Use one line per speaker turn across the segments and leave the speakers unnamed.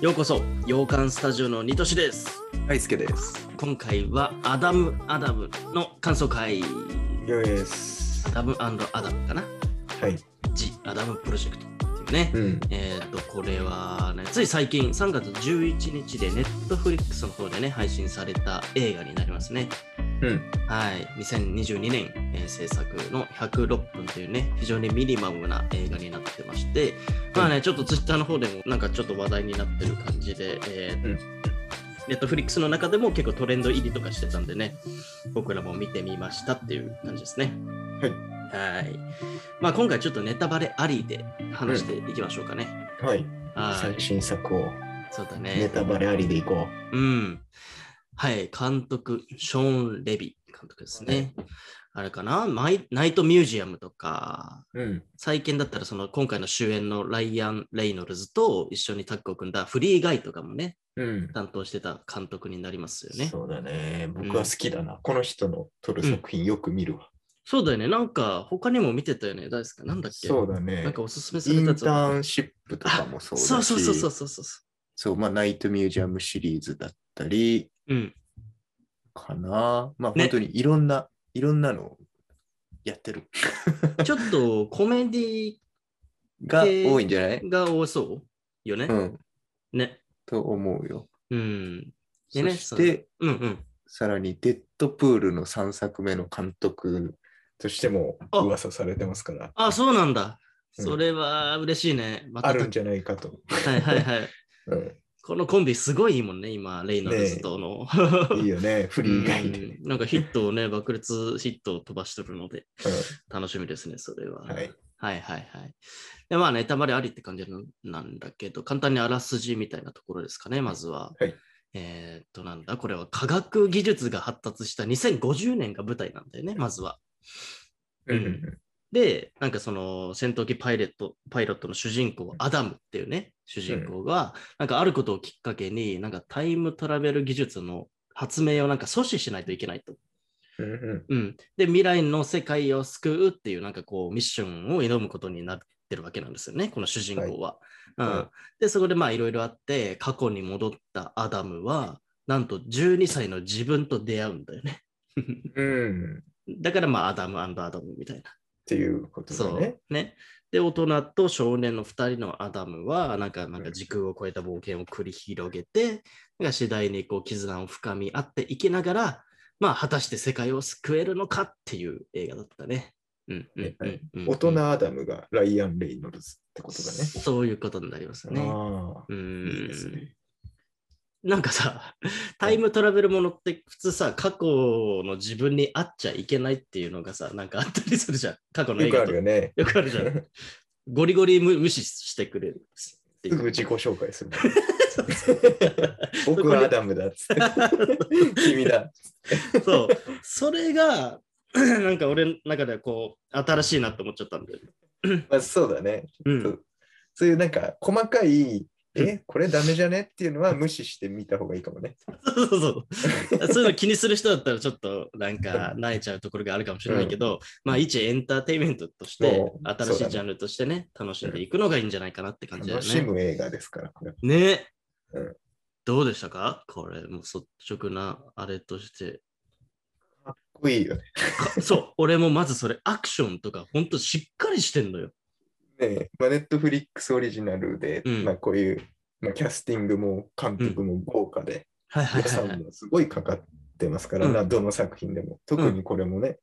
ようこそ洋館スタジオのニトシです
大輔です。
今回はアダム・アダムの感想会
りょうです
ア。ダムアダムかな
はい。
ジ・アダムプロジェクトっていうね、
うん。
えっ、とこれは、ね、つい最近3月11日でネットフリックスの方でね配信された映画になりますね
うん。
はい、2022年、えー制作の106分というね、非常にミニマムな映画になってまして、まあね、ちょっとツイッターの方でもなんかちょっと話題になってる感じで、え
うん
ネットフリックスの中でも結構トレンド入りとかしてたんでね、僕らも見てみましたっていう感じですね。
は
は
い
い。まあ今回ちょっとネタバレありで話していきましょうかね。
はい。
はい
最、新作を
そうだ
ネ
ね。
タバレありでいこ
うん。はい、監督、ショーン・レビ監督ですね。あれかなマイナイトミュージアムとか、
う。うん。
最近だったらその今回の主演のライアン・レイノルズと一緒にタッグを組んだフリーガイとかもね、
うん。
担当してた監督になりますよね。そう
そうだね。僕は好きだな。この人の撮る作品よく見るわ。
だよね、なんか他にも見てたよね、大輔。なんだっけ
そうだね。
なんかおすすめさ
イ
れ
ン
た
タ
やつは
ーンシップとかもそうだし。
そうそうそうそうそうそう。
そうまあ、ナイトミュージアムシリーズだったり、
うん、
かな。まあ、
ね
本当にいろんな、いろんなのをやっ てる。
ちょっとコメディ
が
で
多いんじゃない
が多そうよね。
うん。
ね。
と思うよ。
うん。で
そ
ね
して、
うんうん。
さらにデッドプールの3作目の監督としても
あ
噂されてますから、
あ、そうなんだ。
うん
それは嬉しいね。また
あるんじゃないかと。
はいはいはい。
うん
このコンビすごいいいもんね、今、レイノルズとの。
いいよね、フ
う
リー以外で。
んなんかヒットをね、爆裂ヒットを飛ばしてるので、楽しみですね、それは。
うんはい。
はいはいはいで、まあ、ネタバレありって感じなんなんだけど、簡単にあらすじみたいなところですかね、まずは。
はい
えーっと、なんだ、これは科学技術が発達した2050年が舞台なんだよね、まずは。
うん
で、なんかその戦闘機パイレット、パイロットの主人公、アダムっていうね、主人公が、なんかあることをきっかけに、なんかタイムトラベル技術の発明をなんか阻止しないといけないと。
うんう
うん。で、未来の世界を救うっていう、なんかこう、ミッションを挑むことになってるわけなんですよね、この主人公は。
い
うん
はい
で、そこでまあいろいろあって、過去に戻ったアダムは、なんと12歳の自分と出会うんだよね。
んうんっ
だからまあ、アダムアダムみたいな。
ていうこと
そ
だ
う
ね
ね。で、大人と少年の2人のアダムは、なんかなんか時空を超えた冒険を繰り広げて、なんか次第にこう絆を深み合っていきながら、まあ、果たして世界を救えるのかっていう映画だったね。うんうんうんうん、
大人アダムがライアン・レイノルズってことだね。
そういうことになりますね。
あ
う
あ、
ん
いいですね。
なんかさ、タイムトラベルものって普通さ、過去の自分に会っちゃいけないっていうのがさ、なんかあったりするじゃん。過去の
よ
映
く
画
あ
と
るよね。
よくあるじゃん。ゴリゴリ無無視してくれるってい
す
う。
ぐ自己紹 介する。
そうそう
僕はアダムだっ つって。君だ。
そう。それが、 なんか俺の中ではこう、新しいなって思っちゃったんだよね。
まあ、そうだね。
うん。
そういうなんか細かい、
うん
え、これダメじゃねっていうのは無視してみた方がいいかもね。
そうそうそう。そういうの気にする人だったら、ちょっとなんか、慣れちゃうところがあるかもしれないけど、まあ、一エンターテインメントとして
そ、う
新しいジャンルとしてね、楽しんでいくのがいいんじゃないかなって感じだよ
楽し
ね。
む映画ですから、これ。
ね。
うん
どうでしたかこれ、もう率直なあれとして。
かっこいいよね。
そう、俺もまずそれ、アクションとか、ほんとしっかりしてんのよ。
ねまあ、ネットフリックスオリジナルで、
うん
まあ、こういう、まあ、キャスティングも監督も豪華で、
はいはい
予
はいは
算
い。
もすごいかかってますから、
うん
などの作品でも。特にこれもね、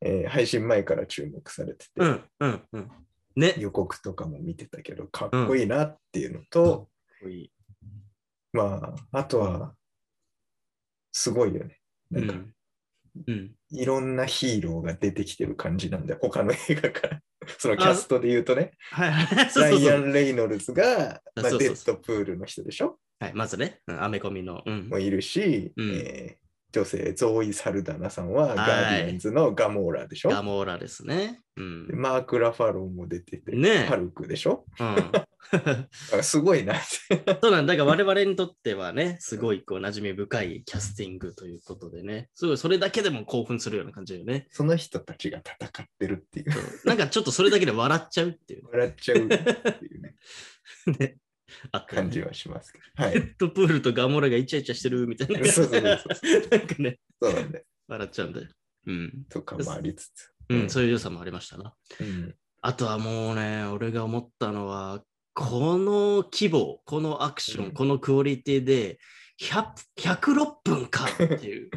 えー配信前から注目されてて、
うんうんうん。ね。
予告とかも見てたけど、かっこいいなっていうのと、まあ、あとは、すごいよね。
う
なんか、
ん。うん。
いろんなヒーローが出てきてる感じなんで、他の映画から。 そのキャストで言うとね、
はいはい。そう
ラ
そう
イ
そ
ア
う。
ン・レイノルズが、まあ、
そう
デ
そう
ッ
そ
ドプールの人でしょ
はい、まずね、うんアメコミの。うん
も。いるし、
うん
えー女性、ゾーイ・サルダナさんは、
い
ガーディアンズのガモーラでしょ
ガモーラですね。うん。
でマーク・ラファローも出てて、
ねえ
ハルクでしょ
うん、
だからすごいなって。
そうなんだから我々にとってはね、すごいこう馴染み深いキャスティングということでね、すごいそれだけでも興奮するような感じだよね。
その人たちが戦ってるっていう。
そうなんかちょっとそれだけで笑っちゃうっていうね。
笑っちゃうっていうね。
あったよね
感じはしますけど。はい。
デッドプールとガモラがイチャイチャしてるみたいな。
そうそうそう
なんかね、
そうなんで。
笑っちゃうんだよ。うん。
とかもありつつ。
うん、そういう良さもありましたな。
うん
あとはもうね、俺が思ったのは、この規模、このアクション、
うん
このクオリティで、100 106分かっていう。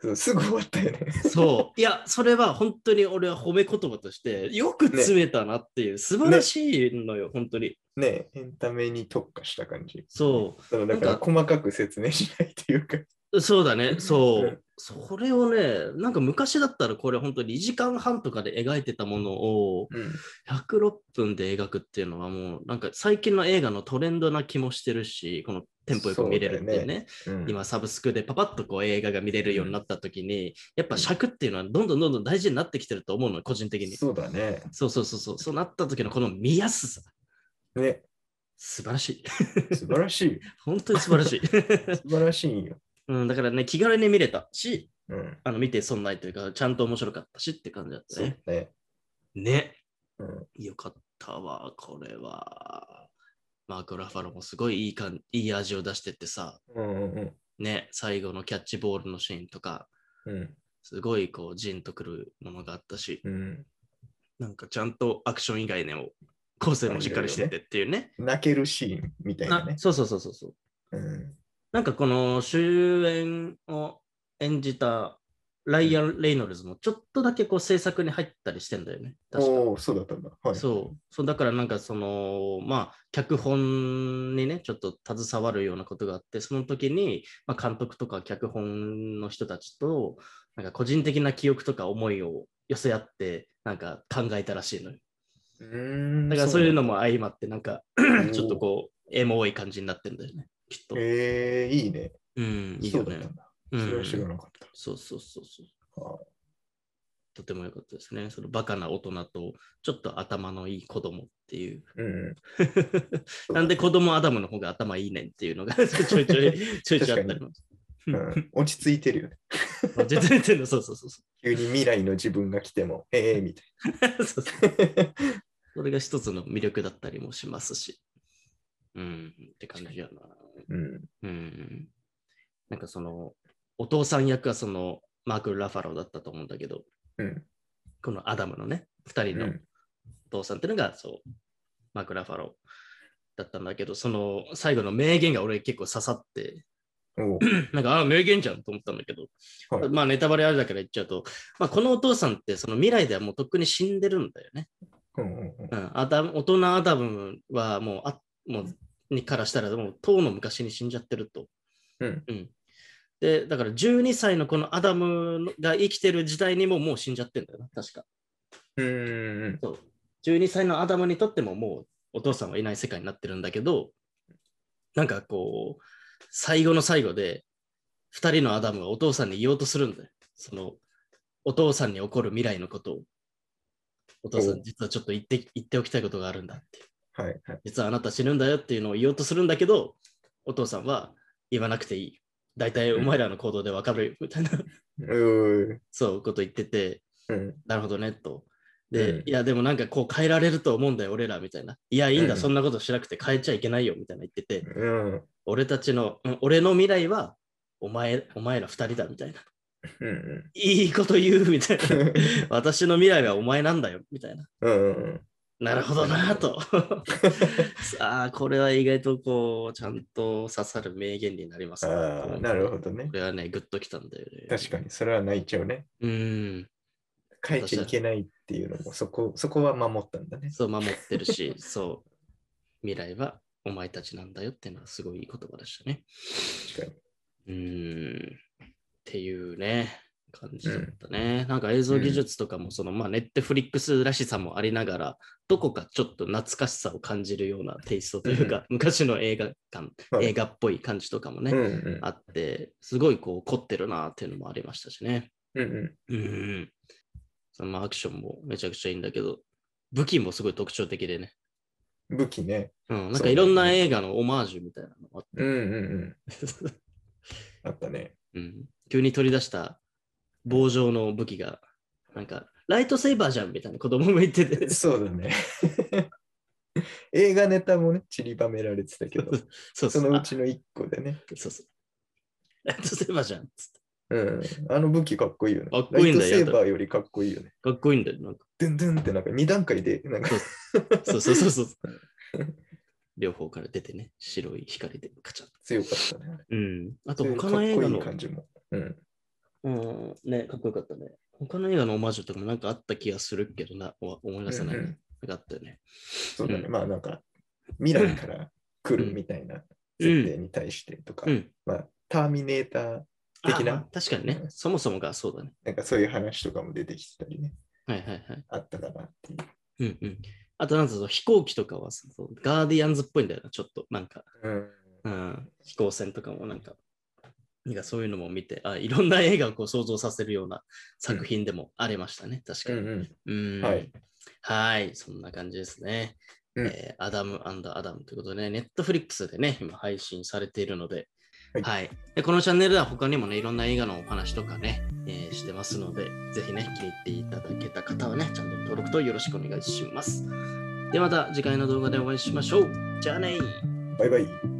そうすぐ終わったよね。
そう。いや、それは本当に俺は褒め言葉として、よく詰めたなっていう、素晴らしいのよ、本当に。
ねエンタメに特化した感じ。
そ
そのだから
なんか
細かく説明しないっていうか。。
う。そうだね、そううんそれをね、なんか昔だったらこれ本当に2時間半とかで描いてたものを
うん。
106分で描くっていうのはもうなんか最近の映画のトレンドな気もしてるし、このテンポよく見れるってい
そううだ
ね、
うん、
今サブスクでパパッとこう映画が見れるようになった時に、やっぱ尺っていうのはどんどんどんどん大事になってきてると思うの、個人的に。
そうだね。
そうそうそうそう、そうなった時のこの見やすさ、
ね。
素晴らしい。
素晴ら しい。
本当に素晴らしい。
素晴らしいよ。
うん、だからね、気軽に見れたし、
うん。
あの見て損ないというか、ちゃんと面白かったしって感じだった
そう
ね。
ね。
ね、
うん。
よかったわ、これは。マーク・ラファロもすごいいいかんいい味を出してってさ、
うんうん
ね、最後のキャッチボールのシーンとか、
うん。
すごいこう、ジーンとくるものがあったし、
うん。
なんかちゃんとアクション以外ねを構成もしっかりしててっていうね。
泣けるシーンみたいな
あ
ね。
そうそうそうそうそう。
うん。
なんかこの主演を演じたライアン・レイノルズもちょっとだけこう制作に入ったりしてんだよね。確か
おおー、そうだったんだ。はい。
そうそうだからなんかそのまあ脚本にねちょっと携わるようなことがあってその時に、まあ、監督とか脚本の人たちとなんか個人的な記憶とか思いを寄せ合ってなんか考えたらしいのよ
うーん。
だから
そ
そういうの
な
も相まってなんか
んだ
ちょっとこうエモい感じになってんだよねきっと、
ええいいね。
うんいいよ
そうだった
ね
んだ。
う
それは
ん
知らなかった。
そうそうそうそう
あ
とても良かったですね。そのバカな大人と、ちょっと頭のいい子供っていう。
ーうん。
なんで子供アダムの方が頭いいねんっていうのが ちょいちょい、ちょいちょいあったりも。
うん落ち着いてるよね。
全然全然そうそうそうそ
急に未来の自分が来ても、ええみた
う。そうそう
いな。
それが一つの魅力だったりもしますし。うん、って感じやな。
うん。
うん。なんかその、お父さん役はその、マーク・ラファローだったと思うんだけど、
うん。
このアダムのね、二人
う
の
ん。
お父さんっていうのがそうマーク・ラファローだったんだけどその最後の名言が俺結構刺さって
おう
なんかああ名言じゃんと思ったんだけど、
はい
まあネタバレあるだから言っちゃうと、まあ、このお父さんってその未来ではもうとっくに死んでるんだよね、
うんうんう
う
ん
ん、アダム大人アダムはもうあもうにからしたらもうとうの昔に死んじゃってると
うん
でだから12歳のこのアダムのが生きてる時代にももう死んじゃってんだよな確か
うんうん
そう12歳のアダムにとってももうお父さんはいない世界になってるんだけどなんかこう最後の最後で2人のアダムがお父さんに言おうとするんだよそのお父さんに起こる未来のことをお父さ
お
ん実はちょっと言って言っておきたいことがあるんだって
はいはい。
実はあなた死ぬんだよっていうのを言おうとするんだけどお父さんは言わなくていい大体お前らの行動でわかるよみたいな、
うー
そうこと言ってて
うん。
なるほどねと。で、
うん
いや、でもなんかこう変えられると思うんだよ、俺らみたいな。いや、いいんだ、
うん
そんなことしなくて変えちゃいけないよみたいな言ってて、
うん。
俺たちの、うん俺の未来はお前お前ら二人だみたいな。
うん。
いいこと言うみ たいな。私の未来はお前なんだよみたいな。
うん。
なるほどなぁ と。さあ、これは意外とこう、ちゃんと刺さる名言になります
あ
ね
あ、なるほどね
こ。れはね、グッときたんだよね。
確かに、それは泣いちゃうね。
うん。
書いちゃいけないっていうのも、そこ、そこは守ったんだね。
そう、守ってるし、 そう、未来はお前たちなんだよっていうのはすごいいい言葉でしたね。
確か
うーん。っていうね、感じだったね。なんか映像技術とかも、その、まあ、ネットフリックスらしさもありながら、どこかちょっと懐かしさを感じるようなテイストというか、昔の映画感、
はい
映画っぽい感じとかもね、
に。うんうん
あって、すごいこう凝ってるなっていうのもありましたしね。
うんうん。
うんうん。そのまあアクションもめちゃくちゃいいんだけど、武器もすごい特徴的でね。
武器ね。
うん、なんかいろんな映画のオマージュみたいなのもあっ
うんうんうん。
て、
あったね。
うん、急に取り出した棒状の武器が、なんかライトセイバーじゃんみたいな子供も言ってて、
そうだね。映画ネタもね、散りばめられてたけど、
そうそ。
そうのう
あ
ちの一個でね。
そうそう。ライトセーバーじゃん。つって
うん。あの武器かっこいいよね。
かっこいいんだ
ラ
よ
イトセーバーよりかっこいいよね。
かっこいいんだよ。なんか
ドゥンドゥンってなんか2段階で、なんか
そうそうそう そう。両方から出てね、白い光でカチャッ。
強かったね。
うん。あと
そういう
他の映画
かっこ
の、
いい感じも。うん。
うん、ね、かっこよかったね。他の映画のオマージュとかもなんかあった気がするけどな、お思い出せない。
う
なん
うんん
かあったよね。
そうだね。
う
まあなんか、未来から来るみたいな設定に対してとか、
うん。
まあ、ターミネーター的
あ
な
まあ確かにね
う、ん
そもそもがそうだね。
なんかそういう話とかも出てきたりね、
はいはいはい。
あったかなっていう。
うんうん。あとなんかその飛行機とかはそうガーディアンズっぽいんだよな、ちょっとなんか、
うん。
うん、飛行船とかもなんか、なんかそういうのも見て、あいろんな映画をこう想像させるような作品でもありましたね、確か
う
に。
んうん。
うん
はい。
はいそんな感じですね。
うん
えーアダムアダムということで、ね、ネットフリックスでね、今配信されているので、
はい
でこのチャンネルでは他にもね、いろんな映画のお話とかね、えーしてますので、ぜひね、気に入っていただけた方はね、チャンネル登録とよろしくお願いします。ではまた次回の動画でお会いしましょう。じゃあね
バイバイ。